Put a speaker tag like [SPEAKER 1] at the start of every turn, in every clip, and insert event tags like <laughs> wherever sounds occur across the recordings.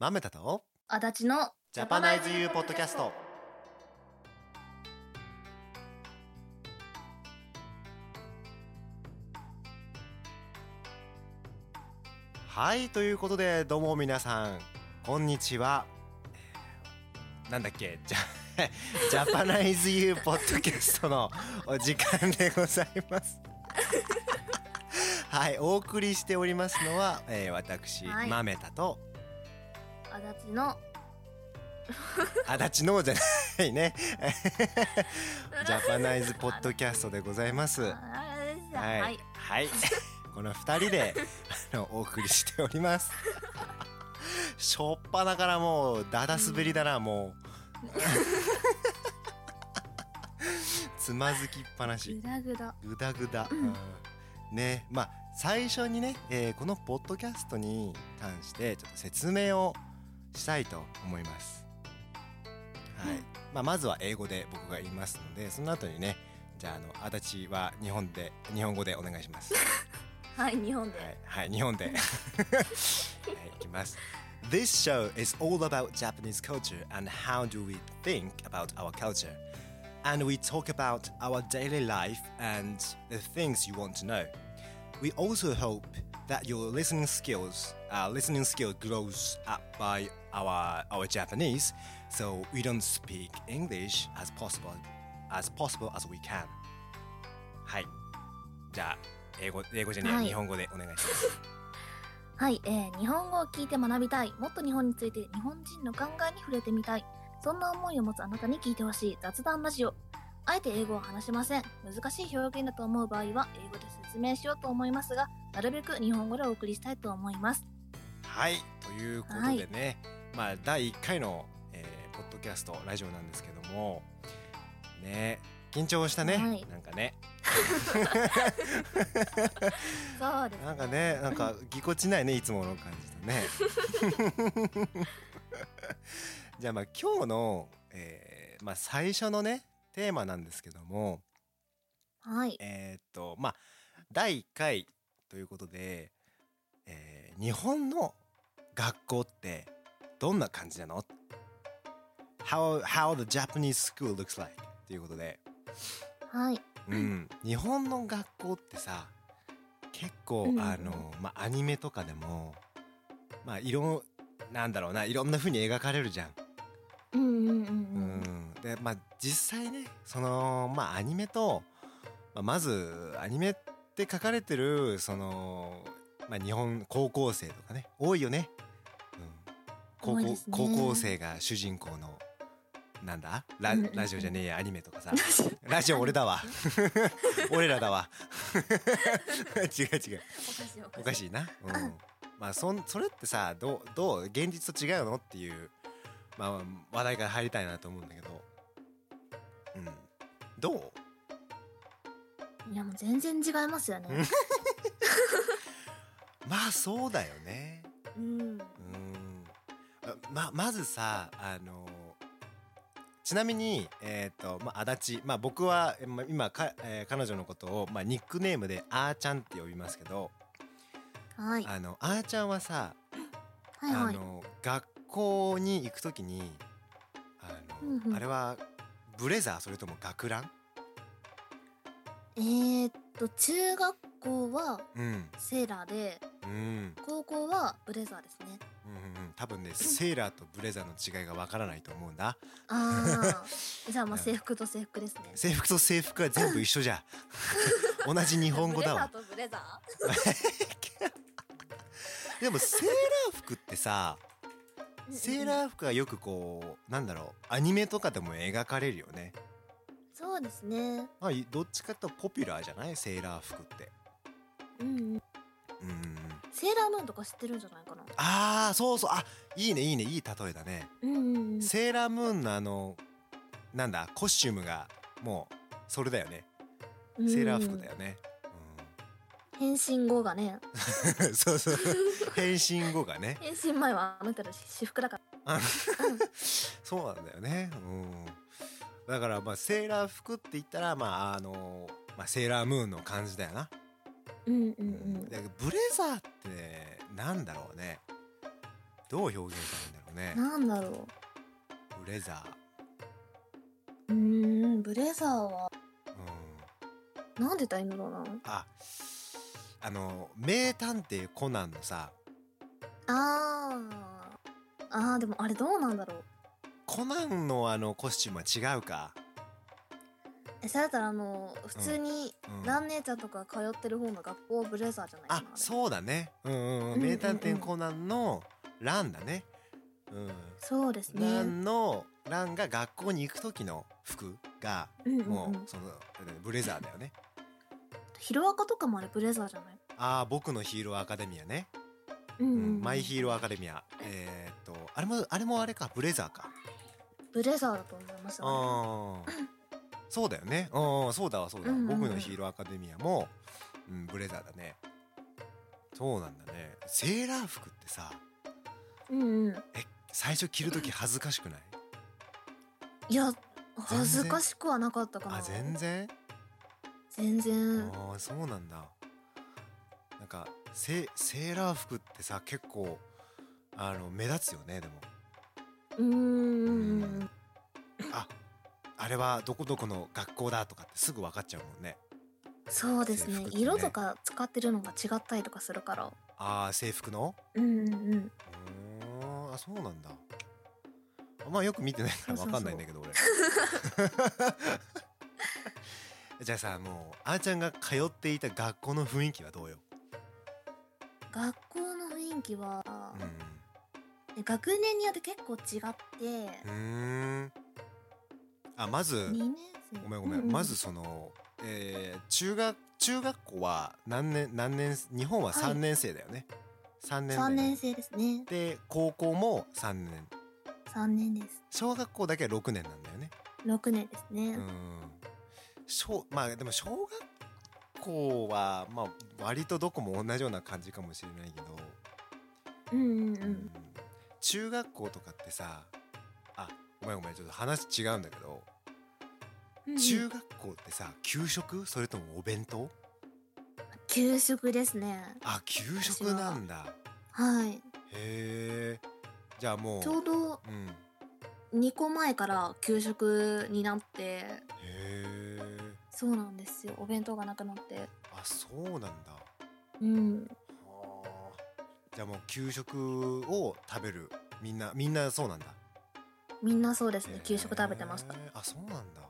[SPEAKER 1] まめたと
[SPEAKER 2] 足立の
[SPEAKER 1] ジャパナイズユーポッドキャストはいということでどうも皆さんこんにちはえーなんだっけジャ <laughs> ジャパナイズユーポッドキャストのお時間でございますはいお送りしておりますのは、えー、私、
[SPEAKER 2] はい
[SPEAKER 1] まめたと
[SPEAKER 2] 足立の
[SPEAKER 1] 足立のじゃないねジャパナイズポッドキャストでございます。は
[SPEAKER 2] あれです
[SPEAKER 1] い、
[SPEAKER 2] よ
[SPEAKER 1] は
[SPEAKER 2] はいい、
[SPEAKER 1] この二人であのお送りしております。しょっぱなからもうダダ滑りだな、もう。つまずきっぱなし
[SPEAKER 2] ぐ。だぐだ
[SPEAKER 1] ぐだぐだ。
[SPEAKER 2] うん
[SPEAKER 1] うんね、まあ最初にね、えーこのポッドキャストに関してちょっと説明をしたいと思います。はい。
[SPEAKER 2] うん
[SPEAKER 1] まあまずは英語で僕が言いますので、その後にね、じゃああの足立は日本で日本語でお願いします。
[SPEAKER 2] はい日本で
[SPEAKER 1] はい、はい、日本で。はい、いきます。This show is all about Japanese culture and how do we think about our culture. And we talk about our daily life and the things you want to know. We also hope that your listening skills, uh, listening skill grows up by our our Japanese, so we don't speak English as possible as possible as we can. はい。じゃあ英語英語じゃねえや、
[SPEAKER 2] はい
[SPEAKER 1] 日本語でお願いします。
[SPEAKER 2] はい、えー日本語を聞いて学びたいもっと日本について日本人の考えに触れてみたいそんな思いを持つあなたに聞いてほしい雑談ラジオあえて英語を話しません難しい表現だと思う場合は英語で説明しようと思いますがなるべく日本語でお送りしたいと思います
[SPEAKER 1] はい、ということでね、まあ第1回の、えーポッドキャストラジオなんですけども、ね、緊張したね、
[SPEAKER 2] はい
[SPEAKER 1] なんかね、
[SPEAKER 2] そうです
[SPEAKER 1] なんかね、なんかぎこちないねいつもの感じとね。じゃあまあ今日の、えーまあ最初のねテーマなんですけども、
[SPEAKER 2] はい
[SPEAKER 1] えーっとまあ第1回ということで、えー日本の学校ってどんな感じなの how, ?How the Japanese school looks like ということで、
[SPEAKER 2] はい
[SPEAKER 1] うん、日本の学校ってさ結構、
[SPEAKER 2] うん
[SPEAKER 1] あの、まあ、アニメとかでもまあいろんなんだろうないろんな風に描かれるじゃん。
[SPEAKER 2] うんうんうん
[SPEAKER 1] う
[SPEAKER 2] <laughs> うん
[SPEAKER 1] ん、でまあ実際ねそのまあアニメと、まあ、まずアニメって書かれてるその、まあ、日本高校生とかね多いよね。うん、高
[SPEAKER 2] 多い
[SPEAKER 1] 校
[SPEAKER 2] ですね
[SPEAKER 1] 高校生が主人公のなんだラ
[SPEAKER 2] うんうんうん
[SPEAKER 1] ラジオじゃねえやアニメとかさラジオ俺
[SPEAKER 2] <laughs>
[SPEAKER 1] だわ俺らだわ <laughs> 違う違う
[SPEAKER 2] おかしいおかしい
[SPEAKER 1] おかしいな、うん、まあそんそれってさどうどう現実と違うのっていう、まあ、話題から入りたいなと思うんだけど、うん、どう
[SPEAKER 2] いやもう全然違いますよね
[SPEAKER 1] まあそうだよね
[SPEAKER 2] うん
[SPEAKER 1] うんあままずさあのちなみに、えーとまあ、足立、まあ、僕はえま今か、えー彼女のことを、まあ、ニックネームであーちゃんって呼びますけど
[SPEAKER 2] はい
[SPEAKER 1] あのあーちゃんはさ
[SPEAKER 2] はいは
[SPEAKER 1] あ
[SPEAKER 2] い
[SPEAKER 1] の学校に行くときにあの、
[SPEAKER 2] うんうん
[SPEAKER 1] あれはブレザーそれとも学ラン、
[SPEAKER 2] えー、っと中学校は
[SPEAKER 1] うんうん
[SPEAKER 2] セーラーで
[SPEAKER 1] うんうん
[SPEAKER 2] 高校はブレザーですね
[SPEAKER 1] うん、多分ねセーラーとブレザーの違いがわからないと思うんだ
[SPEAKER 2] あ
[SPEAKER 1] <laughs>
[SPEAKER 2] あじゃあまあ
[SPEAKER 1] うん
[SPEAKER 2] 制服と制服ですね
[SPEAKER 1] 制服と制服は全部一緒じゃ <laughs> 同じ日本語だわ
[SPEAKER 2] ブレザーとブレザ
[SPEAKER 1] でもセーラー服ってさ
[SPEAKER 2] ー
[SPEAKER 1] セー
[SPEAKER 2] ー
[SPEAKER 1] ラー服がよくこうなんだろうアニメとかでも描かれるよね、
[SPEAKER 2] そうですね
[SPEAKER 1] まあ、いどっちかというとポピュラーじゃないセーラー服って
[SPEAKER 2] うんうん
[SPEAKER 1] うんうんうん
[SPEAKER 2] セーラームーンとか知ってるんじゃないかな
[SPEAKER 1] ああそうそうあいいねいいねいい例えだね
[SPEAKER 2] うんうんうん
[SPEAKER 1] セーラームーンのあのなんだコスチュームがもうそれだよねセーラー服だ
[SPEAKER 2] よ
[SPEAKER 1] よね、
[SPEAKER 2] 変身後がね
[SPEAKER 1] うん <laughs> そう
[SPEAKER 2] <laughs>
[SPEAKER 1] そう変身後がね
[SPEAKER 2] 変身前はあなたら私服だから
[SPEAKER 1] あ <laughs> そうなんだよねうんだからまあセーラー服って言ったらまああのまあ、セーラームーンの感じだよな、
[SPEAKER 2] うんうんう
[SPEAKER 1] うん
[SPEAKER 2] ん
[SPEAKER 1] だけどブレザーってなんだろうねどう表現したらいいんだろね
[SPEAKER 2] なんだろ
[SPEAKER 1] ブレザ
[SPEAKER 2] う。うーん、ブレザーは、
[SPEAKER 1] ー、うん、
[SPEAKER 2] なんて言ったらいいんだろうな。
[SPEAKER 1] ああの名探偵コナンのさ
[SPEAKER 2] あー。あー、でもあれどうなんだろう。
[SPEAKER 1] コナンのあのコスチュームは違うか、
[SPEAKER 2] え、それだったらあの、普通に、
[SPEAKER 1] うん
[SPEAKER 2] 蘭姉ちゃんとか通ってる方の学校ブレザーじゃないか
[SPEAKER 1] あ
[SPEAKER 2] な。れ
[SPEAKER 1] そうだねうんうん
[SPEAKER 2] うん
[SPEAKER 1] う
[SPEAKER 2] う
[SPEAKER 1] ん
[SPEAKER 2] ん
[SPEAKER 1] 名探偵コナンのランだねうん
[SPEAKER 2] そうですね。
[SPEAKER 1] ランのランが学校に行く時の服が
[SPEAKER 2] うん
[SPEAKER 1] も
[SPEAKER 2] うんうん
[SPEAKER 1] う。そのブレザーだよね
[SPEAKER 2] ヒロアカとかもあれブレザーじゃない
[SPEAKER 1] ああ僕のヒーローアカデミアね、
[SPEAKER 2] うん
[SPEAKER 1] う
[SPEAKER 2] うんんうん。
[SPEAKER 1] マイヒーローアカデミアえー、っとあれもあれもあれかブレザーか
[SPEAKER 2] ブレザーだと思いますよね。
[SPEAKER 1] あーそうだよねうんそうだわそうだわ、
[SPEAKER 2] うんうんうん
[SPEAKER 1] 僕のヒーローアカデミアも、うん、ブレザーだねそうなんだねセーラー服ってさ
[SPEAKER 2] うんうん。
[SPEAKER 1] 最初着る時恥ずかしくない
[SPEAKER 2] いや、恥ずかしくはなかったかな。
[SPEAKER 1] あ全然、
[SPEAKER 2] 全
[SPEAKER 1] あ
[SPEAKER 2] 然。
[SPEAKER 1] あーそうなんだなんかセセーラー服ってさ結構あの目立つよねでも
[SPEAKER 2] う
[SPEAKER 1] う
[SPEAKER 2] ー
[SPEAKER 1] ん
[SPEAKER 2] ん。
[SPEAKER 1] ああれはどこどこの学校だとかってすぐ分かっちゃうもんね
[SPEAKER 2] そうです
[SPEAKER 1] 制
[SPEAKER 2] ね
[SPEAKER 1] 服ってね
[SPEAKER 2] 色とか使ってるのが違ったりとかするから。
[SPEAKER 1] ああ制服の
[SPEAKER 2] うんうんうん。
[SPEAKER 1] うーんあそうなんだあまあよく見てないから
[SPEAKER 2] そうそうそう
[SPEAKER 1] 分かんないんだけど俺 <laughs> じゃあさもうあーちゃんが通っていた学校の雰囲気はどうよ、
[SPEAKER 2] 学校の雰囲気は、
[SPEAKER 1] う
[SPEAKER 2] 学年によって結構違って、
[SPEAKER 1] ん、うーんあまず
[SPEAKER 2] 二年生。
[SPEAKER 1] ごめんごめん、
[SPEAKER 2] うう
[SPEAKER 1] まずその、えー中学中学校は何年何年日本は
[SPEAKER 2] は
[SPEAKER 1] 3
[SPEAKER 2] い
[SPEAKER 1] 年生だよね、三3年だよ
[SPEAKER 2] 三
[SPEAKER 1] ね
[SPEAKER 2] 年生ですね。
[SPEAKER 1] で高校も3年
[SPEAKER 2] 三年です。
[SPEAKER 1] 小学校だけは6年なんだよね
[SPEAKER 2] 六年ですね。
[SPEAKER 1] うん小まあでも小学校はまあ割とどこも同じような感じかもしれないけど、
[SPEAKER 2] うんうんう
[SPEAKER 1] うんん。中学校とかってさあごめんごめんちょっと話違うんだけど、
[SPEAKER 2] うんうん
[SPEAKER 1] 中学校ってさ給食それともお弁当
[SPEAKER 2] 給食ですね。
[SPEAKER 1] あ給食なんだ
[SPEAKER 2] はい。
[SPEAKER 1] へえじゃあもう
[SPEAKER 2] ちょうど
[SPEAKER 1] うんへ
[SPEAKER 2] 2個前から給食になって
[SPEAKER 1] え
[SPEAKER 2] そうなんですよお弁当がなくなって
[SPEAKER 1] あそうなんだ
[SPEAKER 2] うん
[SPEAKER 1] はあじゃあもう給食を食べるみんなみんなそうなんだ
[SPEAKER 2] みんなそうです
[SPEAKER 1] へ
[SPEAKER 2] ね
[SPEAKER 1] ー
[SPEAKER 2] 給食食べてました
[SPEAKER 1] あそうなんだ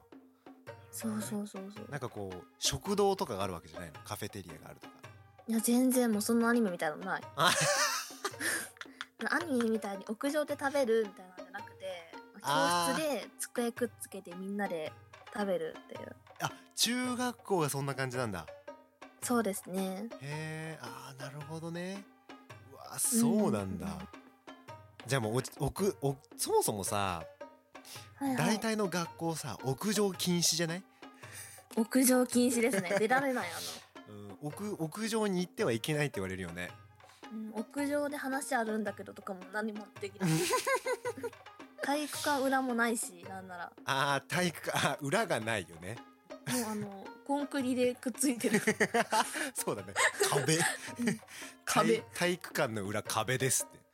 [SPEAKER 2] そうそううそうそう
[SPEAKER 1] なんかこう食堂とかがあるわけじゃないのカフェテリアがあるとか
[SPEAKER 2] いや全然もうそんなアニメみたいなのない
[SPEAKER 1] あ
[SPEAKER 2] <laughs> アニメみたいに屋上で食べるみたいなのじゃなく
[SPEAKER 1] あー
[SPEAKER 2] て教室で机くっつけてみんなで食べるっていう
[SPEAKER 1] あ中学校がそんな感じなんだ
[SPEAKER 2] そうですね
[SPEAKER 1] へえあーなるほどねうわそうなんだ、
[SPEAKER 2] うん
[SPEAKER 1] じゃあもうおちおくおそもそもさ
[SPEAKER 2] はい、は
[SPEAKER 1] 大
[SPEAKER 2] い、
[SPEAKER 1] 体の学校さ屋上禁止じゃない、
[SPEAKER 2] 屋上禁止で
[SPEAKER 1] <laughs>
[SPEAKER 2] すね出られない
[SPEAKER 1] うん、屋屋上に行ってはいけないって言われるよ
[SPEAKER 2] <laughs>
[SPEAKER 1] ね
[SPEAKER 2] あの、うん、屋上で話あるんだけどとかも何もできない体育館裏もないしなんなら
[SPEAKER 1] あー体育館あー裏がないよ
[SPEAKER 2] <laughs>
[SPEAKER 1] ね
[SPEAKER 2] もうあの、コンクリでくっつい
[SPEAKER 1] <laughs>
[SPEAKER 2] てる。
[SPEAKER 1] そうだね壁
[SPEAKER 2] <laughs> 壁
[SPEAKER 1] 体体育館の裏壁ですって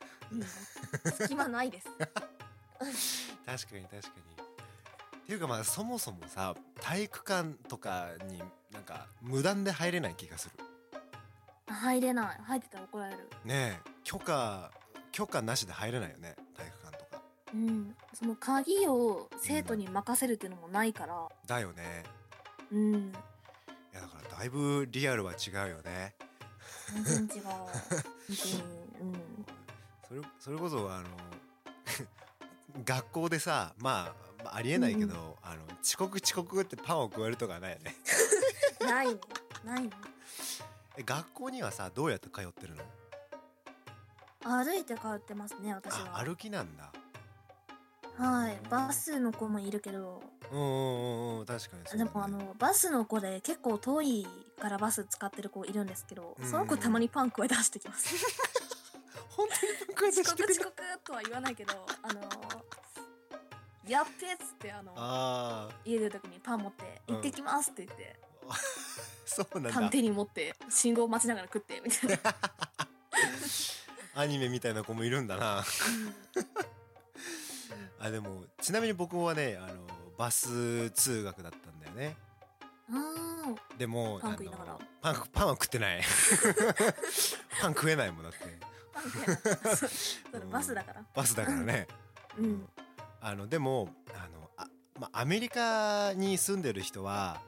[SPEAKER 2] 隙間ないです。 <laughs>
[SPEAKER 1] 確かに確かにっていうかまあそもそもさ体育館とかになんか無断で入れない気がする
[SPEAKER 2] 入れない。入ってたら怒られる。
[SPEAKER 1] ねえ許可許可なしで入れないよね体育館とか
[SPEAKER 2] うん。その鍵を生徒に任せるっていうのもないから。
[SPEAKER 1] だよね
[SPEAKER 2] うん。
[SPEAKER 1] いやだからだいぶリアルは違うよね
[SPEAKER 2] 全然違う。本当
[SPEAKER 1] <laughs>
[SPEAKER 2] に。うん。
[SPEAKER 1] それそれこそあの <laughs> 学校でさまあまあありえないけど、
[SPEAKER 2] う
[SPEAKER 1] あの遅刻遅刻ってパンを加えるとかないよね <laughs>
[SPEAKER 2] ないね。ないね。
[SPEAKER 1] え学校にはさどうやって通ってるの
[SPEAKER 2] 歩いて通ってますね、私は。
[SPEAKER 1] あ歩きなんだ
[SPEAKER 2] はい。バスの子もいるけど。
[SPEAKER 1] うんうんうんうん確かにそう
[SPEAKER 2] で
[SPEAKER 1] だね
[SPEAKER 2] もあの、バスの子で結構遠いからバス使ってる子いるんですけど、
[SPEAKER 1] うん
[SPEAKER 2] その子たまにパン加え出してきます。
[SPEAKER 1] <laughs> 本当にパン加え
[SPEAKER 2] 遅
[SPEAKER 1] てき
[SPEAKER 2] 刻
[SPEAKER 1] てく
[SPEAKER 2] 遅
[SPEAKER 1] れ
[SPEAKER 2] 刻とは言わないけど、あのやっべっつってあの
[SPEAKER 1] ああ
[SPEAKER 2] 家出る時にパン持って
[SPEAKER 1] うん
[SPEAKER 2] 行ってきますって言って、
[SPEAKER 1] そうなん
[SPEAKER 2] パン
[SPEAKER 1] だ
[SPEAKER 2] 手に持って信号待ちながら食っ
[SPEAKER 1] <laughs>
[SPEAKER 2] てみたいな。
[SPEAKER 1] アニメみたいな子もいるんだなあでもちなみに僕はねあのバス通学だったんだよね
[SPEAKER 2] あ
[SPEAKER 1] でも
[SPEAKER 2] パン
[SPEAKER 1] あの
[SPEAKER 2] 食いながら
[SPEAKER 1] パンパンは食って
[SPEAKER 2] <laughs>
[SPEAKER 1] ないパン食えないもんだって
[SPEAKER 2] あねそうそうバスだから
[SPEAKER 1] バスだからね
[SPEAKER 2] うん
[SPEAKER 1] あのでもあのあ、まあ、アメリカに住んでる人は、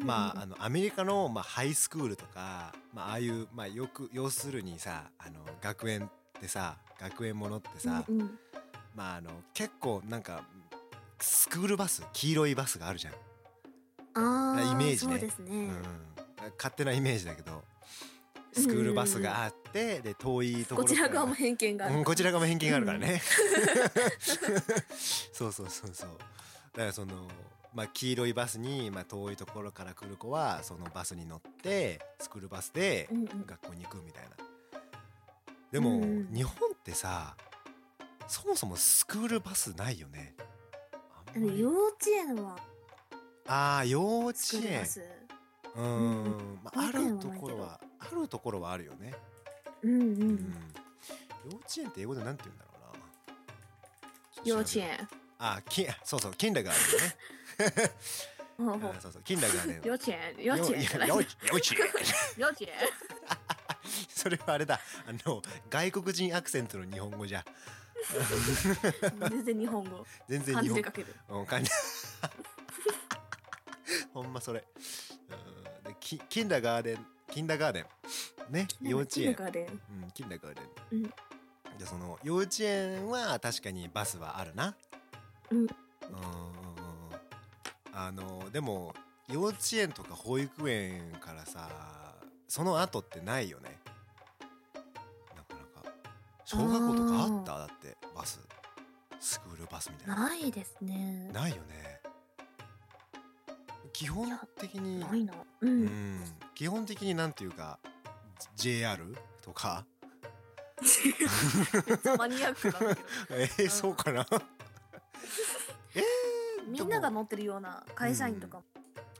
[SPEAKER 1] まあ、あのアメリカの、まあ、ハイスクールとか、まあ、ああいう、まあ、よく要するにさあの学園ってさ学園ものってさ、
[SPEAKER 2] うんうん
[SPEAKER 1] まあ、あの結構なんかスクールバス黄色いバスがあるじゃん、
[SPEAKER 2] あー
[SPEAKER 1] イメージね
[SPEAKER 2] そうですね
[SPEAKER 1] うん、勝手なイメージだけどスクールバスがあってで遠いとこ
[SPEAKER 2] こ
[SPEAKER 1] ろ
[SPEAKER 2] ちら
[SPEAKER 1] から
[SPEAKER 2] 側も偏見がある
[SPEAKER 1] うん、こちら側も偏見があるからね。 <laughs> そうそうそうそう。だからその、まあ、黄色いバスに、まあ、遠いところから来る子はそのバスに乗ってスクールバスで
[SPEAKER 2] うんうん
[SPEAKER 1] 学校に行くみたいな。でも、
[SPEAKER 2] うん
[SPEAKER 1] 日本ってさそもそもスクールバスないよね。あんまり
[SPEAKER 2] 幼稚園は
[SPEAKER 1] あー幼稚
[SPEAKER 2] 作り
[SPEAKER 1] 園
[SPEAKER 2] ま。す。
[SPEAKER 1] うん
[SPEAKER 2] うんう
[SPEAKER 1] ま
[SPEAKER 2] 保
[SPEAKER 1] あ、あ
[SPEAKER 2] 育園
[SPEAKER 1] る
[SPEAKER 2] はないけ
[SPEAKER 1] と
[SPEAKER 2] ど
[SPEAKER 1] ころはあるところはあるよね。
[SPEAKER 2] うんう
[SPEAKER 1] うん
[SPEAKER 2] ん。
[SPEAKER 1] 幼稚園って英語でなんて言うんだろうな。
[SPEAKER 2] 幼稚園。
[SPEAKER 1] あ、き、そうそう、キンダガーデンね。
[SPEAKER 2] ほうほう
[SPEAKER 1] うんそうそう、キンダガーデン。
[SPEAKER 2] 幼稚園幼稚園じゃない
[SPEAKER 1] よよ幼稚園。
[SPEAKER 2] 幼稚園
[SPEAKER 1] <laughs> それはあれだ。あの、外国人アクセントの日本語じゃ。
[SPEAKER 2] <laughs> 全然日本語
[SPEAKER 1] <laughs> 全然
[SPEAKER 2] 漢
[SPEAKER 1] 日
[SPEAKER 2] 字で
[SPEAKER 1] 本
[SPEAKER 2] 書ける
[SPEAKER 1] 語。うん、感じ。ほんまそれ。うんで、き、キンダガーデン、キンダガーデン。ね、幼稚園。
[SPEAKER 2] なんか中で
[SPEAKER 1] うん、キンダガーデン。
[SPEAKER 2] うん
[SPEAKER 1] じゃあその幼稚園は確かにバスはあるな。
[SPEAKER 2] うん
[SPEAKER 1] うんうんうんうんあのでも幼稚園とか保育園からさその後ってないよね。なかなか小学校とかあっただってバススクールバスみたいな。
[SPEAKER 2] ないですね
[SPEAKER 1] ないよね。基本的に
[SPEAKER 2] ないなう <laughs>
[SPEAKER 1] うんん基本的になんていうか JR とか。
[SPEAKER 2] マニアックなんだけど
[SPEAKER 1] えー
[SPEAKER 2] うん
[SPEAKER 1] そう
[SPEAKER 2] <laughs>
[SPEAKER 1] かなえー、
[SPEAKER 2] みんなが
[SPEAKER 1] でも
[SPEAKER 2] 乗ってるような会社員とか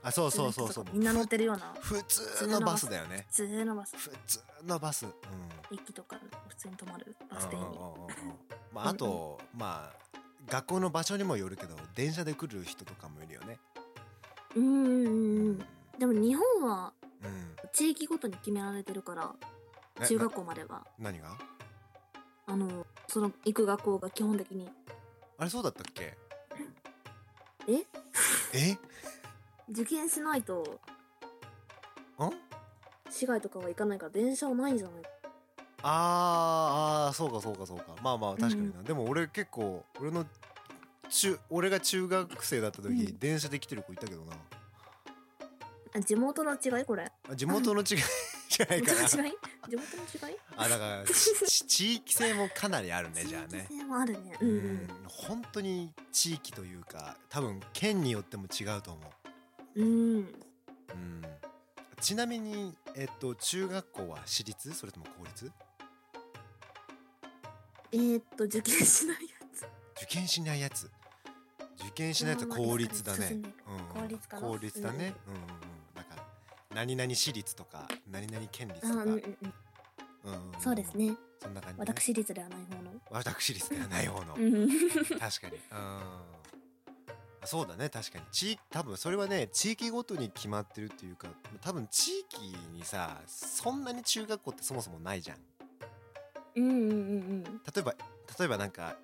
[SPEAKER 1] あそうそうそうそう
[SPEAKER 2] みんな乗ってるような
[SPEAKER 1] 普通のバスだよね
[SPEAKER 2] 普通のバス
[SPEAKER 1] 普通のバスうん
[SPEAKER 2] 駅とか普通に止まるバス
[SPEAKER 1] う
[SPEAKER 2] 停
[SPEAKER 1] ん
[SPEAKER 2] に
[SPEAKER 1] うんうんうんまああとまあ学校の場所にもよるけど電車で来る人とかもいるよね
[SPEAKER 2] うんうん
[SPEAKER 1] う
[SPEAKER 2] うんうんでも日本は
[SPEAKER 1] うん
[SPEAKER 2] 地域ごとに決められてるから
[SPEAKER 1] え
[SPEAKER 2] 中学校までは
[SPEAKER 1] な何が
[SPEAKER 2] あのその行く学校が基本的に
[SPEAKER 1] あれそうだったっけ
[SPEAKER 2] え
[SPEAKER 1] え
[SPEAKER 2] 受験しないと
[SPEAKER 1] ん
[SPEAKER 2] 市外とかは行かないから電車はないんじゃない
[SPEAKER 1] あーあーそうかそうかそうかまあまあ確かにな、でも俺結構俺の中俺が中学生だった時、
[SPEAKER 2] うん
[SPEAKER 1] 電車で来てる子いたけどな
[SPEAKER 2] あ地元の違いこれ
[SPEAKER 1] あ地元の違い <laughs> じゃない
[SPEAKER 2] 地
[SPEAKER 1] か
[SPEAKER 2] 元
[SPEAKER 1] な <laughs>
[SPEAKER 2] の違い地元の違い
[SPEAKER 1] あだからちち地域性もかなりあるねじゃあね
[SPEAKER 2] 地域性もあるねう
[SPEAKER 1] うんん本当に地域というか多分県によっても違うと思
[SPEAKER 2] うん、うん、
[SPEAKER 1] う、うん、ちなみにえっと中学校は私立それとも公立
[SPEAKER 2] えー、っと受験しないやつ
[SPEAKER 1] 受験しないやつ受験しないと公立だね、うん、
[SPEAKER 2] 公立かな
[SPEAKER 1] 公立だね、うんうんうん、だから何々私立とか何々県立
[SPEAKER 2] あ
[SPEAKER 1] と
[SPEAKER 2] ー
[SPEAKER 1] か、
[SPEAKER 2] うんうんうん
[SPEAKER 1] うんんん
[SPEAKER 2] そうですね
[SPEAKER 1] そんな感じ、ね、
[SPEAKER 2] 私立ではない方の
[SPEAKER 1] 私立ではない方の
[SPEAKER 2] うん
[SPEAKER 1] 確かにうんあそうだね確かに地域多分それはね地域ごとに決まってるっていうか多分地域にさそんなに中学校ってそもそもないじゃん
[SPEAKER 2] うんうんうん
[SPEAKER 1] 例えば例えばなんか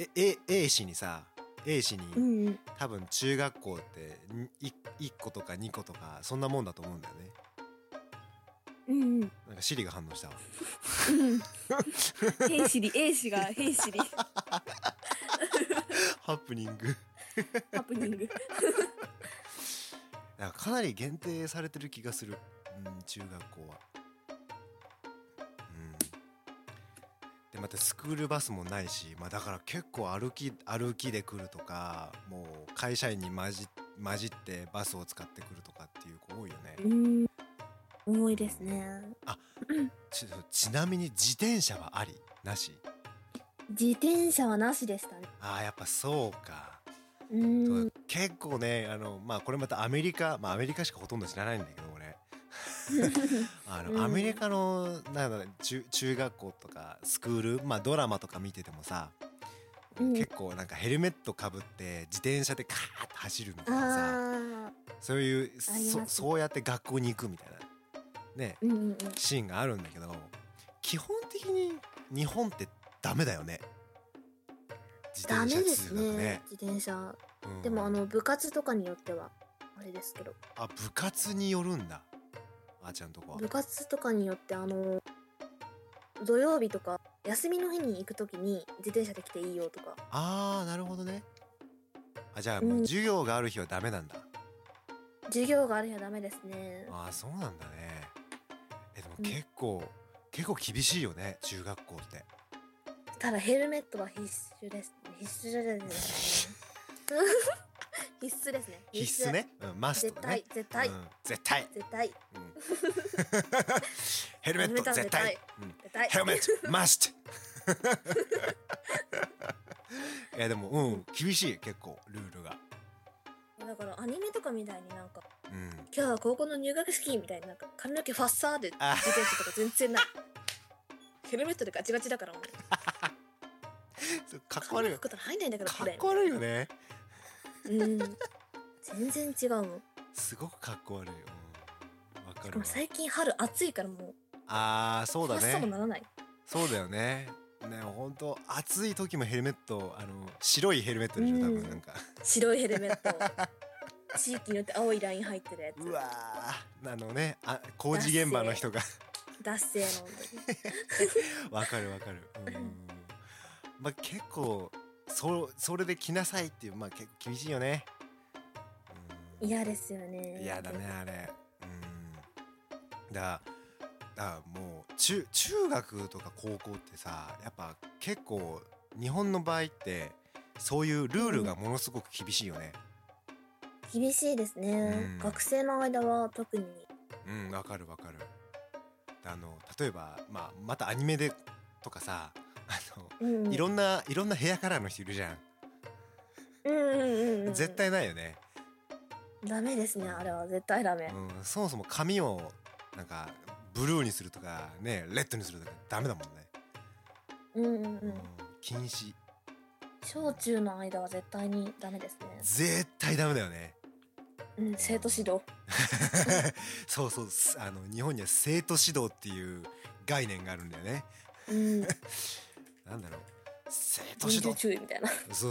[SPEAKER 1] え A, A 市にさ A 市
[SPEAKER 2] うんう
[SPEAKER 1] に
[SPEAKER 2] んうん
[SPEAKER 1] 多分中学校ってにい1個とか2個とかそんなもんだと思うんだよね
[SPEAKER 2] うんうん
[SPEAKER 1] なんかシリが反応したわ
[SPEAKER 2] 兵士り A 氏が兵士り
[SPEAKER 1] ハプニング
[SPEAKER 2] ハプニング
[SPEAKER 1] なんかかなり限定されてる気がする、うん、中学校は。うん、でまたスクールバスもないし、まあ、だから結構歩き歩きで来るとかもう会社員に混じ混じってバスを使ってくるとかっていう子多いよね。
[SPEAKER 2] うん多いですね
[SPEAKER 1] ちちなみに自転車はありなし
[SPEAKER 2] 自転車はなしでしたね
[SPEAKER 1] あーやっぱそうか。
[SPEAKER 2] う
[SPEAKER 1] そうん結構ねあの、まあ、これまたアメリカ、まあ、アメリカしかほとんど知らないんだけど俺。あの、
[SPEAKER 2] うん
[SPEAKER 1] アメリカのなんだろう中中学校とかスクール、まあ、ドラマとか見ててもさ
[SPEAKER 2] うん
[SPEAKER 1] 結構なんかヘルメットかぶって自転車でカーッと走るみたいなさ
[SPEAKER 2] あ
[SPEAKER 1] そういう
[SPEAKER 2] あり
[SPEAKER 1] そ
[SPEAKER 2] ます
[SPEAKER 1] そうやって学校に行くみたいなね
[SPEAKER 2] ーうんうんうん
[SPEAKER 1] シーンがあるんだけど基本的に日本ってダメだよね自
[SPEAKER 2] ダメで
[SPEAKER 1] 通
[SPEAKER 2] す
[SPEAKER 1] 学
[SPEAKER 2] ね自転車
[SPEAKER 1] うん
[SPEAKER 2] でもあの部活とかによってはあれですけど
[SPEAKER 1] あ部活によるんだあーちゃんとこは
[SPEAKER 2] 部活とかによってあの土曜日とか休みの日に行くときに自転車で来ていいよとか
[SPEAKER 1] ああなるほどねあじゃあもううん授業がある日はダメなんだ、
[SPEAKER 2] 授業がある日はダメですね
[SPEAKER 1] ああそうなんだねえでも
[SPEAKER 2] うん
[SPEAKER 1] 結構、結構厳しいよね中学校って
[SPEAKER 2] ただヘルメットは必須です必須ですね <laughs> 必須ですね
[SPEAKER 1] 必須ね、うん、マス
[SPEAKER 2] 絶
[SPEAKER 1] トだ
[SPEAKER 2] 対
[SPEAKER 1] ね
[SPEAKER 2] 絶対、
[SPEAKER 1] うん、絶対、
[SPEAKER 2] 絶対
[SPEAKER 1] うん <laughs> ヘルメット絶
[SPEAKER 2] ヘルメットは絶対
[SPEAKER 1] 対、うん、
[SPEAKER 2] 絶対
[SPEAKER 1] ヘルメットマ <laughs> ストいやでもうん厳しい結構ルールが
[SPEAKER 2] だからアニメとかみたいになんか
[SPEAKER 1] うん
[SPEAKER 2] 今日は高校の入学式みたいになんか髪の毛ファッサーで
[SPEAKER 1] あ
[SPEAKER 2] 自転車とか全然ないヘルメットでガチガチだからもう
[SPEAKER 1] そうかっこ
[SPEAKER 2] 髪
[SPEAKER 1] 悪い
[SPEAKER 2] の
[SPEAKER 1] よ
[SPEAKER 2] 毛とか入んないんだから
[SPEAKER 1] かっこ悪いよね
[SPEAKER 2] うん全然違うもん
[SPEAKER 1] すごくかっこ悪いようんわか
[SPEAKER 2] で
[SPEAKER 1] る
[SPEAKER 2] も
[SPEAKER 1] わ
[SPEAKER 2] 最近春暑いからも
[SPEAKER 1] あーそううだ
[SPEAKER 2] ファッサーも
[SPEAKER 1] ね
[SPEAKER 2] ならない
[SPEAKER 1] そうだよねね本当暑い時もヘルメットあの白いヘルメットでしょ多
[SPEAKER 2] う
[SPEAKER 1] 分
[SPEAKER 2] ん
[SPEAKER 1] なんか
[SPEAKER 2] 白いヘルメット地域によって青いライン入ってるや
[SPEAKER 1] う
[SPEAKER 2] つ
[SPEAKER 1] わーあのねあ工事現場の人が
[SPEAKER 2] 脱製の本当
[SPEAKER 1] <laughs>
[SPEAKER 2] に
[SPEAKER 1] わかるわかるうんうんうんまあ結構そそれで着なさいっていうまあ結構厳しいよねうん
[SPEAKER 2] 嫌ですよね
[SPEAKER 1] 嫌だねあれうんだだもう中中学とか高校ってさやっぱ結構日本の場合ってそういうルールがものすごく厳しいよね
[SPEAKER 2] 厳しいですね、
[SPEAKER 1] うん
[SPEAKER 2] 学生の間は特に
[SPEAKER 1] うんわかるわかるあの例えば、まあ、またアニメでとかさあの
[SPEAKER 2] うん
[SPEAKER 1] いろんないろんな部屋からの人いるじゃん、
[SPEAKER 2] うんうんうんうん
[SPEAKER 1] 絶対ないよね、
[SPEAKER 2] ダメですねあれは絶対ダメ、
[SPEAKER 1] うん、そもそも髪をなんかブルーにするとかねレッドにするとかダメだもんね、
[SPEAKER 2] うんうんうん
[SPEAKER 1] うん、禁止
[SPEAKER 2] 小中の間は絶対にダメですね。
[SPEAKER 1] 絶対ダメだよね <laughs>
[SPEAKER 2] うん、生徒指導。
[SPEAKER 1] そうそうすあの日本には生徒指導っていう概念があるんだよね <laughs>
[SPEAKER 2] うん、
[SPEAKER 1] なんだろう生徒
[SPEAKER 2] 厳
[SPEAKER 1] 指
[SPEAKER 2] 重
[SPEAKER 1] 導
[SPEAKER 2] 注意みたいな。
[SPEAKER 1] そ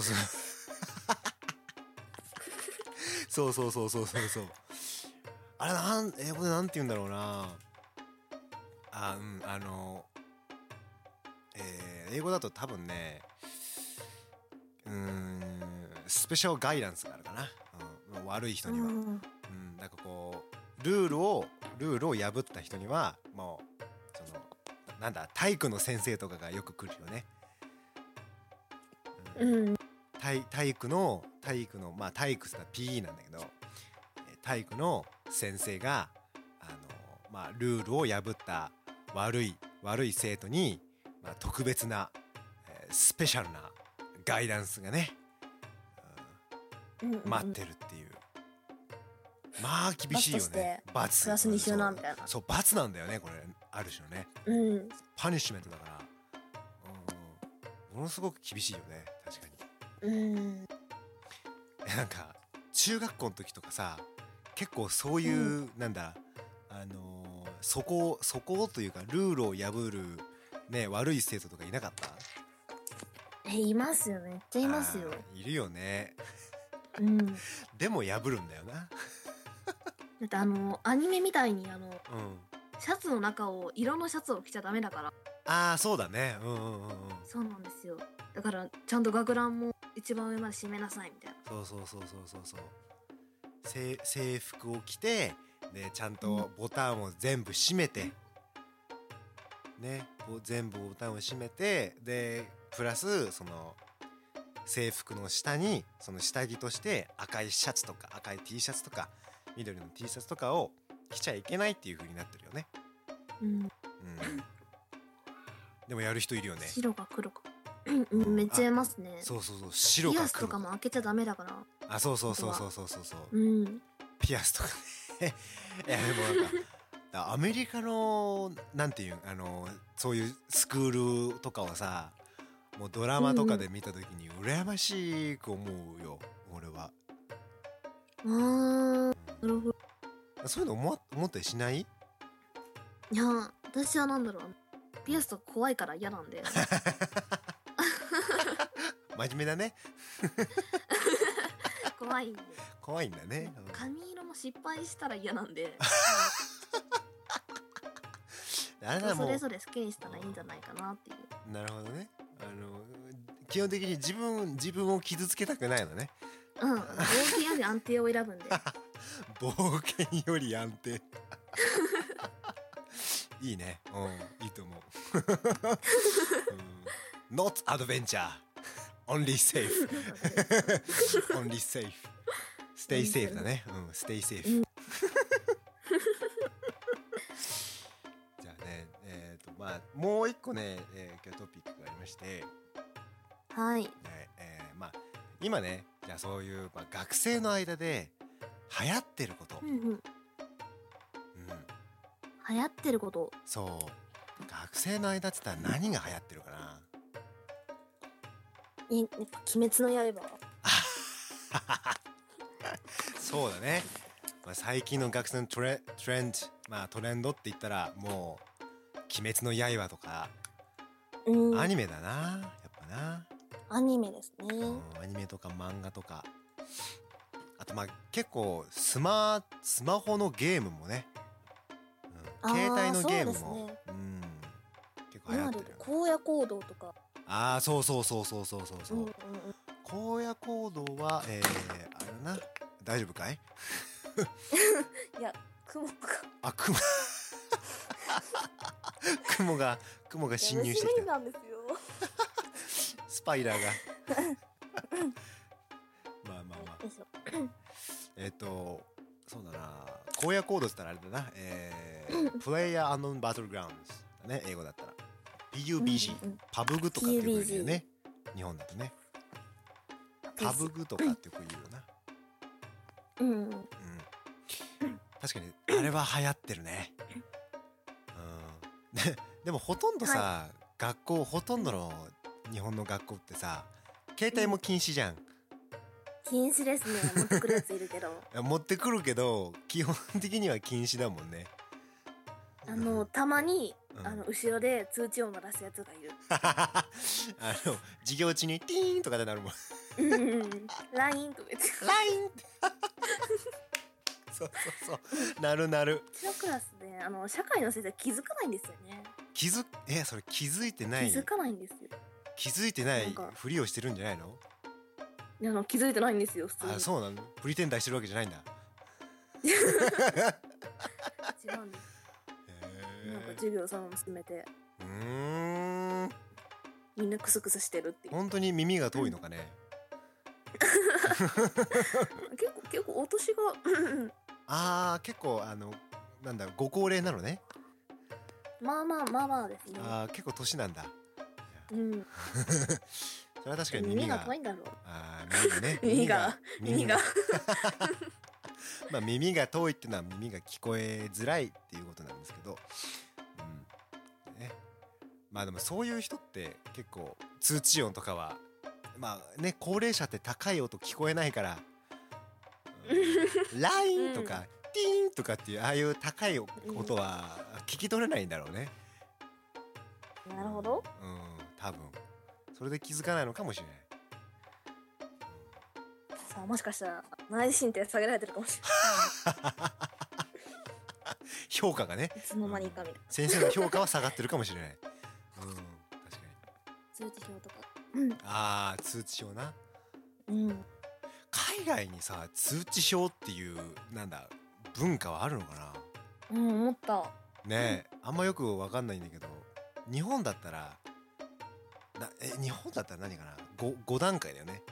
[SPEAKER 1] うそうそうそうそうそうそうそうあれなん英語でなんて言うんだろうなあうんあのえー英語だと多分ねうーんスペシャルガイダンスがあるかな、うん、悪い人には、
[SPEAKER 2] うん
[SPEAKER 1] うん、なんかこうルールをルールを破った人にはもうそのななんだ体育の先生とかがよく来るよね。うん
[SPEAKER 2] うん、
[SPEAKER 1] 体体育の体育のまあ体育ってのは PE なんだけどえー体育の先生があの、まあ、ルールを破った悪い悪い生徒に、まあ、特別な、えースペシャルなガイダンスがね、うん
[SPEAKER 2] うんうん
[SPEAKER 1] 待ってるっていう、まあ厳しいよね罰
[SPEAKER 2] プラスにしようなみたいな
[SPEAKER 1] そう罰なんだよねこれある種のね
[SPEAKER 2] うん、
[SPEAKER 1] パニッシュメントだから、うん、ものすごく厳しいよね確かに
[SPEAKER 2] うん、
[SPEAKER 1] えなんか中学校の時とかさ結構そういう、
[SPEAKER 2] う
[SPEAKER 1] なんだあのーそこをそこをというかルールを破るね悪い生徒とかいなかった
[SPEAKER 2] え、いますよね。めっちゃいますよ。
[SPEAKER 1] あーいるよね
[SPEAKER 2] うん、だ
[SPEAKER 1] でも破るんだよな
[SPEAKER 2] ってあのアニメみたいにあ
[SPEAKER 1] う
[SPEAKER 2] の
[SPEAKER 1] ん
[SPEAKER 2] シャツの中を色のシャツを着ちゃダメだから。
[SPEAKER 1] ああそうだねうんうんうんうん
[SPEAKER 2] そうなんですよ。だからちゃんと学ランも一番上まで締めなさいみたいな。
[SPEAKER 1] そうそうそうそうそうそう制制服を着てでちゃんとボタンを全部閉めて、ねぼ全部ボタンを閉めてでプラスその制服の下にその下着として赤いシャツとか赤い T シャツとか緑の T シャツとかを着ちゃいけないっていう風になってるよね、
[SPEAKER 2] うん、 <laughs>
[SPEAKER 1] うん、でもやる人いるよね
[SPEAKER 2] 白か黒か。うんうん、めっちゃいますね。
[SPEAKER 1] そうそうそう白
[SPEAKER 2] ピ
[SPEAKER 1] か
[SPEAKER 2] アスと
[SPEAKER 1] 黒
[SPEAKER 2] かも
[SPEAKER 1] か
[SPEAKER 2] 開けちゃダメだから。
[SPEAKER 1] あそうそうそうそうそうそうそう
[SPEAKER 2] うん。
[SPEAKER 1] ピアスとかね <laughs> いやでもなんかだアメリカのなんていうんあのそういうスクールとかはさもうドラマとかで見た時に羨ましく思うよ俺は
[SPEAKER 2] あーなるほど
[SPEAKER 1] そういうの思わ思ったりしない
[SPEAKER 2] いや私はなんだろうピアスとか怖いから嫌なんで
[SPEAKER 1] 真面目だね
[SPEAKER 2] 怖
[SPEAKER 1] <laughs>
[SPEAKER 2] いんで
[SPEAKER 1] 怖いんだねうん
[SPEAKER 2] 髪色も失敗したら嫌なんで
[SPEAKER 1] あれ
[SPEAKER 2] 人
[SPEAKER 1] だ
[SPEAKER 2] そ
[SPEAKER 1] も
[SPEAKER 2] れ
[SPEAKER 1] う
[SPEAKER 2] ぞれ好きにしたらいいんじゃないかなっていう
[SPEAKER 1] なるほどねあの基本的に自分自分を傷つけたくないのね
[SPEAKER 2] うん冒険より安定を選
[SPEAKER 1] <laughs>
[SPEAKER 2] ぶんで
[SPEAKER 1] 冒険より安定 <laughs> いいねうんいいと思う、うん Not adventure only safe only safe stay safe だねうん stay safe <laughs> じゃあねえっ、とまあもう一個ね、えー今日トピックがありまして
[SPEAKER 2] はい
[SPEAKER 1] ねえーまあ今ねじゃあそういう、まあ、学生の間で流行ってること、
[SPEAKER 2] う
[SPEAKER 1] うん
[SPEAKER 2] んうん流行ってること
[SPEAKER 1] そう学生の間って言ったら何が流行ってるかな
[SPEAKER 2] えやっぱ鬼滅の刃
[SPEAKER 1] そうだね、まあ、最近の学生のトレトレンドまあトレンドって言ったらもう「鬼滅の刃」とか
[SPEAKER 2] う
[SPEAKER 1] アニメだなやっぱな、
[SPEAKER 2] アニメです
[SPEAKER 1] うんアニメとか漫画とかあとまあ結構スマスマホのゲームもね、うん
[SPEAKER 2] あー
[SPEAKER 1] 携帯のゲーム
[SPEAKER 2] そう
[SPEAKER 1] も
[SPEAKER 2] ですね
[SPEAKER 1] うん結構流行
[SPEAKER 2] な
[SPEAKER 1] って
[SPEAKER 2] る
[SPEAKER 1] るよ
[SPEAKER 2] ほ
[SPEAKER 1] ね
[SPEAKER 2] ど荒野行動とか
[SPEAKER 1] ああそうそうそうそうそうそうそう
[SPEAKER 2] うんうんうん
[SPEAKER 1] 荒野行動はえー、あれだな大丈夫かい
[SPEAKER 2] 雲か
[SPEAKER 1] あ雲 <laughs> 雲が雲が侵入してきた
[SPEAKER 2] なんですよ
[SPEAKER 1] スパイラーが <laughs> まあまあまあ
[SPEAKER 2] よいしょ
[SPEAKER 1] えっ、とそうだな荒野行動って言ったらあれだなえー、プレイヤーアンノンバトルグラウンドだね英語だったら PUBG、
[SPEAKER 2] うんうんうん
[SPEAKER 1] パブグとかって呼ぶんだよね日本だとねパブグとかってよく言うよな
[SPEAKER 2] うんうんうん
[SPEAKER 1] うん、確かにあれは流行ってるね。うん、 <laughs> ででもほとんどさ、学校ほとんどの日本の学校ってさ携帯も禁止じゃん、
[SPEAKER 2] 禁止ですね持ってくるやついるけど
[SPEAKER 1] 持ってくるけど基本的には禁止だもんね。
[SPEAKER 2] あのたまに
[SPEAKER 1] うん
[SPEAKER 2] あの後ろで通知音鳴らすやつがいる
[SPEAKER 1] <laughs> あの授業中に「ティーン!」とかでなる
[SPEAKER 2] <laughs>
[SPEAKER 1] もん。
[SPEAKER 2] うんうんうん LINE とか言って
[SPEAKER 1] ラインって <laughs> そうそうそうなるなる
[SPEAKER 2] うちのクラスであの社会の先生気づかないんですよね
[SPEAKER 1] 気づえそれ気づいて
[SPEAKER 2] 気
[SPEAKER 1] ない
[SPEAKER 2] づかないんですよ
[SPEAKER 1] 気づいてな
[SPEAKER 2] ないんか
[SPEAKER 1] ふりをしてるんじゃないの
[SPEAKER 2] いやあの気づいてないんですよ普通に
[SPEAKER 1] あそうなのプリテンダーしてるわけじゃないんだ
[SPEAKER 2] 違うんです
[SPEAKER 1] へ
[SPEAKER 2] なんか
[SPEAKER 1] ー
[SPEAKER 2] 授業そのまま進めて
[SPEAKER 1] うーん
[SPEAKER 2] みんなクスクスしてるっていう
[SPEAKER 1] 本当に耳が遠いのかね、
[SPEAKER 2] 結構結構お年が <laughs> うんうん
[SPEAKER 1] ああ結構あのなんだご高齢なのね
[SPEAKER 2] まあまあまあまあですね
[SPEAKER 1] あー結構年なんだ <laughs>
[SPEAKER 2] うん
[SPEAKER 1] それは確かに
[SPEAKER 2] 耳
[SPEAKER 1] 耳が
[SPEAKER 2] が遠いんだろう
[SPEAKER 1] あー耳がね
[SPEAKER 2] <laughs> 耳が耳が
[SPEAKER 1] <laughs> まあ耳が遠いっていうのは耳が聞こえづらいっていうことなんですけど、うんね、まあでもそういう人って結構通知音とかはまあね高齢者って高い音聞こえないからうんラインとか、ティーンとかっていうああいう高い音は聞き取れないんだろうね。
[SPEAKER 2] なるほど
[SPEAKER 1] うん多分それで気づかないのかもしれない。
[SPEAKER 2] さあもしかしたら内心って下げられてるかもしれ
[SPEAKER 1] 評価がね <laughs>
[SPEAKER 2] ないいつの間にかみたいな
[SPEAKER 1] 先生の評価は下がってるかもしれない。うん、確かに。
[SPEAKER 2] 通知表とかうん
[SPEAKER 1] ああ、通知表な。
[SPEAKER 2] うん
[SPEAKER 1] 海外にさ、通知表っていう、なんだ、文化はあるのか
[SPEAKER 2] うん思った
[SPEAKER 1] な。ねえ、あんまよくわかんないんだけど、日本だったら。な、え、日本だったら何かな、五、五段階だよね。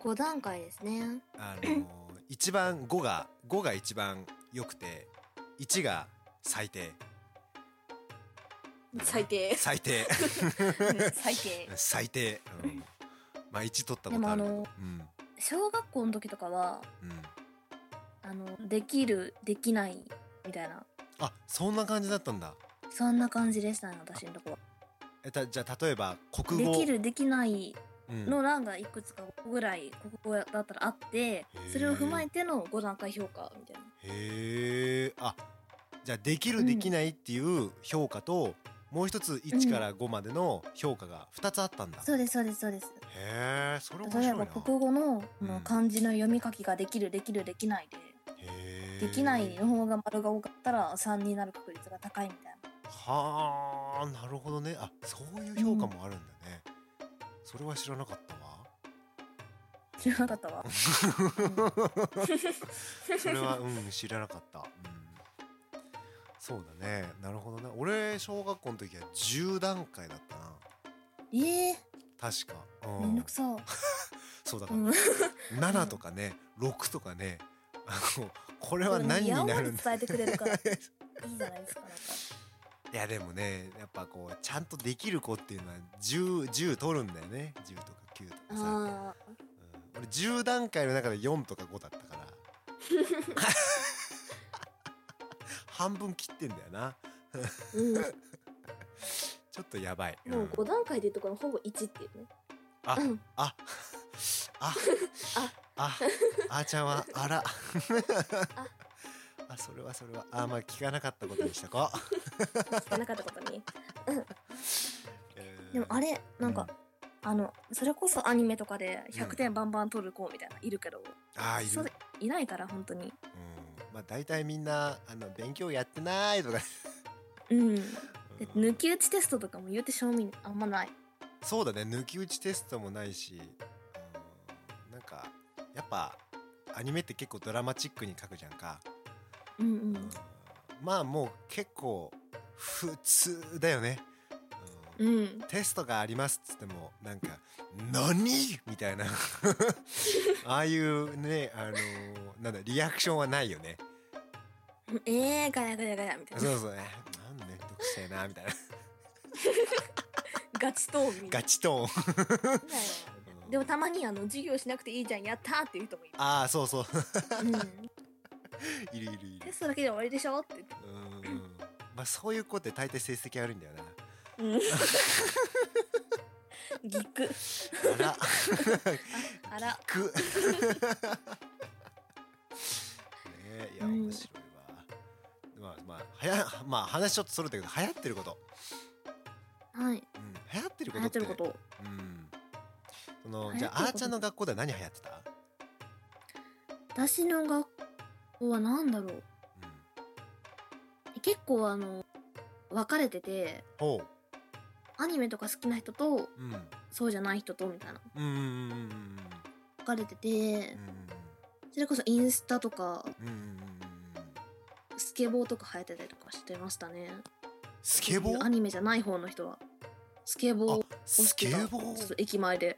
[SPEAKER 2] 5段階ですね
[SPEAKER 1] あのー、一番五が、五が一番良くて、一が最低。
[SPEAKER 2] 最
[SPEAKER 1] <laughs>
[SPEAKER 2] 低
[SPEAKER 1] 最低。
[SPEAKER 2] 最低
[SPEAKER 1] <laughs> 最低。うん、まあ、一取ったことあるけ
[SPEAKER 2] で
[SPEAKER 1] ど
[SPEAKER 2] も。
[SPEAKER 1] うん。
[SPEAKER 2] 小学校の時とかは
[SPEAKER 1] うん。
[SPEAKER 2] あのできるできないみたいな
[SPEAKER 1] あそんな感じだったんだ
[SPEAKER 2] そんな感じでしたね私のとこは
[SPEAKER 1] えたじゃあ例えば国
[SPEAKER 2] で
[SPEAKER 1] 語
[SPEAKER 2] きるできない
[SPEAKER 1] うん
[SPEAKER 2] の欄がいくつかぐらいここだったらあって
[SPEAKER 1] ー
[SPEAKER 2] それを踏まえての5段階評価みたいな
[SPEAKER 1] へえあじゃあできる
[SPEAKER 2] うん
[SPEAKER 1] できないっていう評価と、もう一つ1から5までの評価が2つあったんだ、
[SPEAKER 2] そ
[SPEAKER 1] へ
[SPEAKER 2] うですそうですそうです
[SPEAKER 1] えそれ面白い
[SPEAKER 2] 例え
[SPEAKER 1] な
[SPEAKER 2] ば国語のこ
[SPEAKER 1] う
[SPEAKER 2] の
[SPEAKER 1] ん
[SPEAKER 2] 漢字の読み書きができるできるできない
[SPEAKER 1] へ
[SPEAKER 2] で
[SPEAKER 1] ー
[SPEAKER 2] できないの方が丸が多かったら3になる確率が高いみたいな
[SPEAKER 1] はあなるほどねあそういう評価もあるんだね、それは知らなかったわ
[SPEAKER 2] 知らなかったわ
[SPEAKER 1] それ
[SPEAKER 2] <laughs>
[SPEAKER 1] はうん知らなかった、うん、そうだねなるほどね俺小学校の時は10段階だったな
[SPEAKER 2] ええ
[SPEAKER 1] 確か、
[SPEAKER 2] ー、
[SPEAKER 1] う
[SPEAKER 2] め
[SPEAKER 1] ん
[SPEAKER 2] んどくさ、
[SPEAKER 1] そうだか
[SPEAKER 2] う
[SPEAKER 1] ら、
[SPEAKER 2] ん、
[SPEAKER 1] 7とかね6とかねあのこれは
[SPEAKER 2] それも
[SPEAKER 1] 何に
[SPEAKER 2] やお
[SPEAKER 1] な
[SPEAKER 2] まで
[SPEAKER 1] るんだ
[SPEAKER 2] 伝えてく
[SPEAKER 1] <laughs>
[SPEAKER 2] れるからいいじゃないですかなんか
[SPEAKER 1] いやでもねやっぱこうちゃんとできる子っていうのは 10, 10取るんだよね10とか9とかさ、うん、
[SPEAKER 2] ああ
[SPEAKER 1] 俺10段階の中で4とか5だった
[SPEAKER 2] <laughs>
[SPEAKER 1] から半分切ってんだよな
[SPEAKER 3] うん、
[SPEAKER 1] ちょっとやばい、
[SPEAKER 3] もうん5段階でとかのほぼ1っていうね
[SPEAKER 1] あ
[SPEAKER 3] うん
[SPEAKER 1] あ <laughs> あああーちゃんはあら <laughs> あそれはそれはあまあ聞かなかったことにしとこう
[SPEAKER 3] 聞かなかったことに
[SPEAKER 2] でもあ
[SPEAKER 1] れ
[SPEAKER 2] れなんか、あのそれこそアニメとかで100点バンバン取る子みたいないるけど、
[SPEAKER 1] ああいる、う
[SPEAKER 2] そ
[SPEAKER 1] ん
[SPEAKER 2] れ、いないから本当に
[SPEAKER 1] まあ大体みんなあの勉強やってないとか、
[SPEAKER 2] うんで
[SPEAKER 1] うん
[SPEAKER 2] 抜き打ちテストとかも言うて賞味あんまない
[SPEAKER 1] そうだね抜き打ちテストもないし、うん、なんかやっぱアニメって結構ドラマチックに書くじゃんか、
[SPEAKER 2] うん
[SPEAKER 1] うんまあもう結構普通だよね、うん
[SPEAKER 2] うんうん
[SPEAKER 1] テストがありますっつってもなんか「何?」みたいな <laughs> ああいうねあのなんだリアクションはないよね
[SPEAKER 2] ええー、ガヤガヤガヤみたい
[SPEAKER 1] そ
[SPEAKER 2] な
[SPEAKER 1] うそうねなんめんどくせえなみたいな
[SPEAKER 2] ガチ討議
[SPEAKER 1] ガチトーン
[SPEAKER 2] でもたまにあの授業しなくていいじゃんやったーっていう人もいる、
[SPEAKER 1] ああそうそう
[SPEAKER 2] うん、
[SPEAKER 1] いるいるい
[SPEAKER 2] テ
[SPEAKER 1] る
[SPEAKER 2] ストだけで終わりでしょって言って
[SPEAKER 1] うんまあそういう子って大抵成績悪いんだよな
[SPEAKER 2] <laughs> うんぎっく
[SPEAKER 1] あら
[SPEAKER 2] あら
[SPEAKER 1] くねえいや
[SPEAKER 2] うん
[SPEAKER 1] 面白いわ、まあまあはやまあ話ちょっとそれたけど流行ってること、
[SPEAKER 2] はい
[SPEAKER 1] うん、流行ってることっ
[SPEAKER 2] 流行って
[SPEAKER 1] て
[SPEAKER 2] ること
[SPEAKER 1] うんその
[SPEAKER 2] 流
[SPEAKER 1] じ
[SPEAKER 2] 行ってること
[SPEAKER 1] ゃああーちゃんの学校では何流行ってた、
[SPEAKER 2] 私の学校は何だろ
[SPEAKER 1] う
[SPEAKER 2] う
[SPEAKER 1] ん、
[SPEAKER 2] 結構あの分かれてて
[SPEAKER 1] ほ
[SPEAKER 2] アニメとか好きな人と
[SPEAKER 1] ううんうん
[SPEAKER 2] そうじゃない人とみたいな
[SPEAKER 1] うんうんうんうん
[SPEAKER 2] 分かれてて
[SPEAKER 1] うん
[SPEAKER 2] それこそインスタとか
[SPEAKER 1] うんうんうんうんうん
[SPEAKER 2] スケボーとか流行ってたりとかしてましたね
[SPEAKER 1] スケボ
[SPEAKER 2] そういうア
[SPEAKER 1] ー
[SPEAKER 2] ニメじゃない方の人はスケボーを
[SPEAKER 1] あスケボ
[SPEAKER 2] そう
[SPEAKER 1] ー
[SPEAKER 2] 駅前で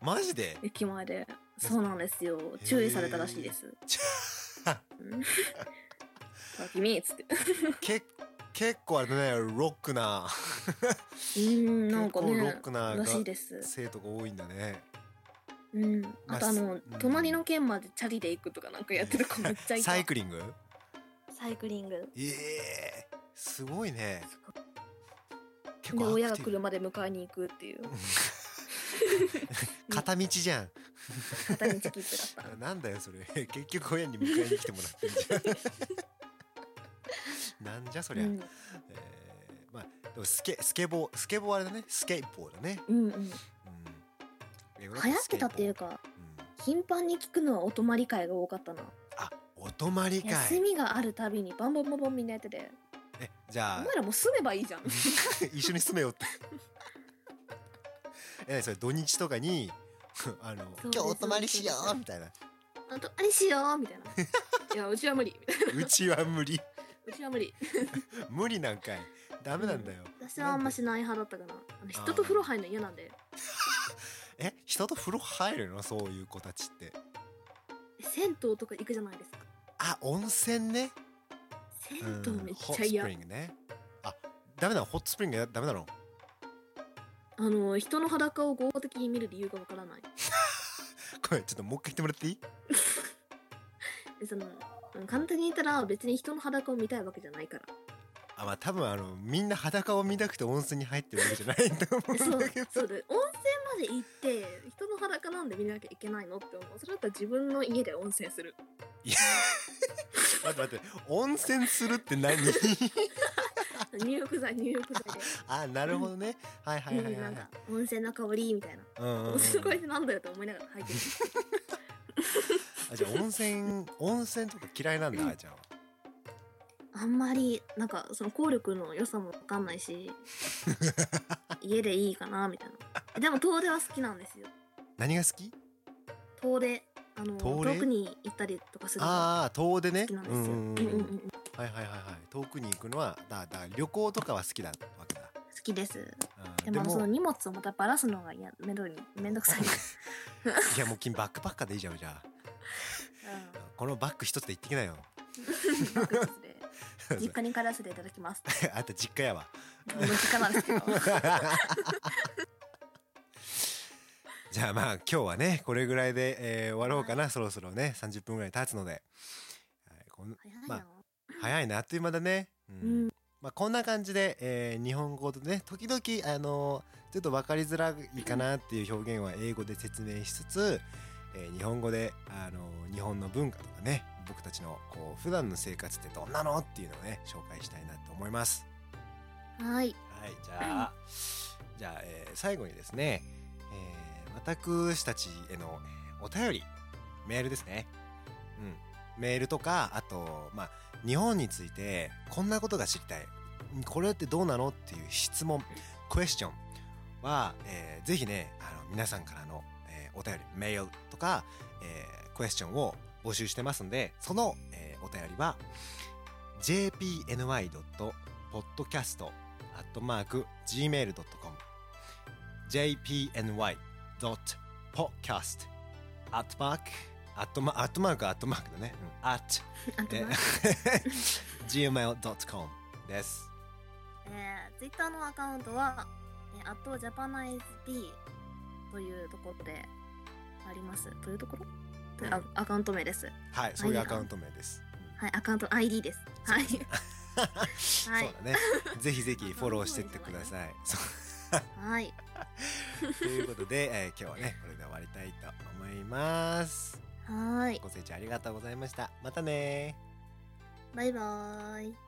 [SPEAKER 1] マジで
[SPEAKER 2] 駅前でそうなんですよ注意されたらしいです
[SPEAKER 1] ち
[SPEAKER 2] うん <laughs> ほら君っつって
[SPEAKER 1] <laughs> け結構あれだねロックな
[SPEAKER 2] うんなん
[SPEAKER 1] 結
[SPEAKER 2] か
[SPEAKER 1] 構ロッ
[SPEAKER 2] ね
[SPEAKER 1] クなが
[SPEAKER 2] らしいです
[SPEAKER 1] 生徒が多いんだね
[SPEAKER 2] うん
[SPEAKER 1] まあ
[SPEAKER 2] あとあの、
[SPEAKER 1] うん
[SPEAKER 2] 隣の県までチャリで行くとかなんかやってる子めっちゃいた
[SPEAKER 1] サイクリング
[SPEAKER 3] サイクリング
[SPEAKER 1] ええすごいね結
[SPEAKER 2] で
[SPEAKER 1] 構アクティブ
[SPEAKER 2] 親が車で迎えに行くっていう
[SPEAKER 1] 片道じゃん
[SPEAKER 2] 片道切符だった
[SPEAKER 1] なんだよそれ結局親に迎えに来てもらってんじゃんなん <laughs> <laughs> じゃそりゃ、
[SPEAKER 2] うん
[SPEAKER 1] えーまあでもスケスケボースケボーあれだねスケボーだね、
[SPEAKER 2] うんうん、流
[SPEAKER 1] うん、流
[SPEAKER 2] 行ってたっていう、か
[SPEAKER 1] うん
[SPEAKER 2] 頻繁に聞くのはお泊まり会が多かったな
[SPEAKER 1] あお泊まり
[SPEAKER 2] 休
[SPEAKER 1] 会
[SPEAKER 2] みがあるたびにバンバンバンバンみんなやってて
[SPEAKER 1] えじゃ
[SPEAKER 2] お
[SPEAKER 1] あ
[SPEAKER 2] 前らもう住めばいい
[SPEAKER 1] <laughs>
[SPEAKER 2] じゃん
[SPEAKER 1] 一緒に住めよって <laughs> えそれ土日とかに <laughs> あの
[SPEAKER 2] そ
[SPEAKER 1] 今
[SPEAKER 2] うです
[SPEAKER 1] 日お泊まりしよ
[SPEAKER 2] そうで
[SPEAKER 1] う
[SPEAKER 2] す
[SPEAKER 1] みたいな
[SPEAKER 2] あとあれしようみたいないやうちは無理みたいな
[SPEAKER 1] うちは無理
[SPEAKER 2] うちは無理
[SPEAKER 1] 無理なんかいダメなんだよ、
[SPEAKER 2] 私はあんましない派だったかなあの人と風呂入るの嫌なんで
[SPEAKER 1] え人と風呂入るのそういう子たちって
[SPEAKER 2] 銭湯とか行くじゃないですか
[SPEAKER 1] あ温泉ね
[SPEAKER 2] 銭湯め
[SPEAKER 1] ホッ
[SPEAKER 2] っちゃ
[SPEAKER 1] トス
[SPEAKER 2] 嫌、
[SPEAKER 1] プリングねあダメなのホットスプリングがダメなの
[SPEAKER 2] あの人の裸を合法的に見る理由がわからない
[SPEAKER 1] これちょっともう一回言ってもらっていい <laughs>
[SPEAKER 2] でそのうん簡単に言ったら別に人の裸を見たいわけじゃないから
[SPEAKER 1] あまあ多分あのみんな裸を見たくて温泉に入ってるわけじゃないと思
[SPEAKER 3] そう
[SPEAKER 1] うんだけど
[SPEAKER 3] そうで温泉まで行って人の裸なんで見なきゃいけないのって思うそれだったら自分の家で温泉する
[SPEAKER 1] いや待って待って温泉するって
[SPEAKER 3] <laughs>
[SPEAKER 1] 何
[SPEAKER 3] 入浴剤入浴剤
[SPEAKER 1] あなるほどね、はいはい
[SPEAKER 3] で、
[SPEAKER 1] はい
[SPEAKER 3] うん
[SPEAKER 1] は
[SPEAKER 3] ないんか温泉の香りみたいな、
[SPEAKER 1] うんうんうん
[SPEAKER 3] すごいなんだよと思いながら入ってる
[SPEAKER 1] あじゃあ温泉温泉とか嫌いなんだあーちゃんは
[SPEAKER 3] あんまりなんかその効力の良さも分かんない
[SPEAKER 1] <laughs>
[SPEAKER 3] し家でいいかなみたいなでも遠出は好きなんですよ
[SPEAKER 1] 何が好き
[SPEAKER 3] 遠出あの
[SPEAKER 1] 遠出
[SPEAKER 3] 遠くに行ったりとかするのが
[SPEAKER 1] ああ遠出ね
[SPEAKER 3] 好きなんですよ、うんうん
[SPEAKER 1] うんう
[SPEAKER 3] う
[SPEAKER 1] んうんん
[SPEAKER 3] うん、好
[SPEAKER 1] はいはいはいはい遠くに行くのはだだ旅行とかは好きだわけだ、
[SPEAKER 3] きです
[SPEAKER 1] う
[SPEAKER 3] で
[SPEAKER 1] ん、で
[SPEAKER 3] もその
[SPEAKER 1] も
[SPEAKER 3] 荷物をまたばらすのがいやめどにめんどく <laughs>
[SPEAKER 2] <laughs>
[SPEAKER 3] さい、
[SPEAKER 1] いやもう君バックパッカーでいいじゃんじゃあこのバッグ一つで行ってきなよ
[SPEAKER 3] うん、バッグですね実家に帰らせていただき <laughs> ます。
[SPEAKER 1] あと実家やわ
[SPEAKER 3] もう実家なんですけど。
[SPEAKER 1] じゃあまあ今日はねこれぐらいで、えー終わろうかな、そろそろね30分ぐらい経つので、はい、こん
[SPEAKER 3] 早い
[SPEAKER 1] ま
[SPEAKER 3] な
[SPEAKER 1] あ。早いなあっという間だね、うん
[SPEAKER 3] うん。
[SPEAKER 1] まあ、こんな感じで、えー日本語とね時々、あのーちょっと分かりづらいかなっていう表現は英語で説明しつつ、えー日本語で、あのー日本の文化とかね僕たちのこう普段の生活ってどんなのっていうのをね紹介したいなと思います。
[SPEAKER 2] はい。
[SPEAKER 1] はい、じゃあ、じゃあ、えー最後にですね、えー私たちへのえーお便り、メールですね。うん。メールとか、あと、まあ、日本について、こんなことが知りたい。うんこれってどうなのっていう質問、クエスチョンは、えーぜひね、あの、皆さんからの、えーお便り、メールとか、えークエスチョンを募集してますんで、その、えーお便りは、jpny.podcast アットマーク gmail.com jpny.podcast アットマークアットマアットマークアットマークだね。うん、at
[SPEAKER 3] あとな
[SPEAKER 1] gmail.com です。
[SPEAKER 2] えー、Twitter のアカウントは、えー、at japaniseb というところであります。というところというあアカウント名です。
[SPEAKER 1] はい、そういうアカウント名です。
[SPEAKER 2] はい、アカウント ID です。はい。は
[SPEAKER 1] そう
[SPEAKER 2] い。
[SPEAKER 1] だね。ぜひぜひフォローしてってください。そう
[SPEAKER 2] はい。
[SPEAKER 1] ということで、えー今日はね、これで終わりたいと思います。
[SPEAKER 2] はーい。
[SPEAKER 1] ご清聴ありがとうございました。またね
[SPEAKER 2] バイバーイ。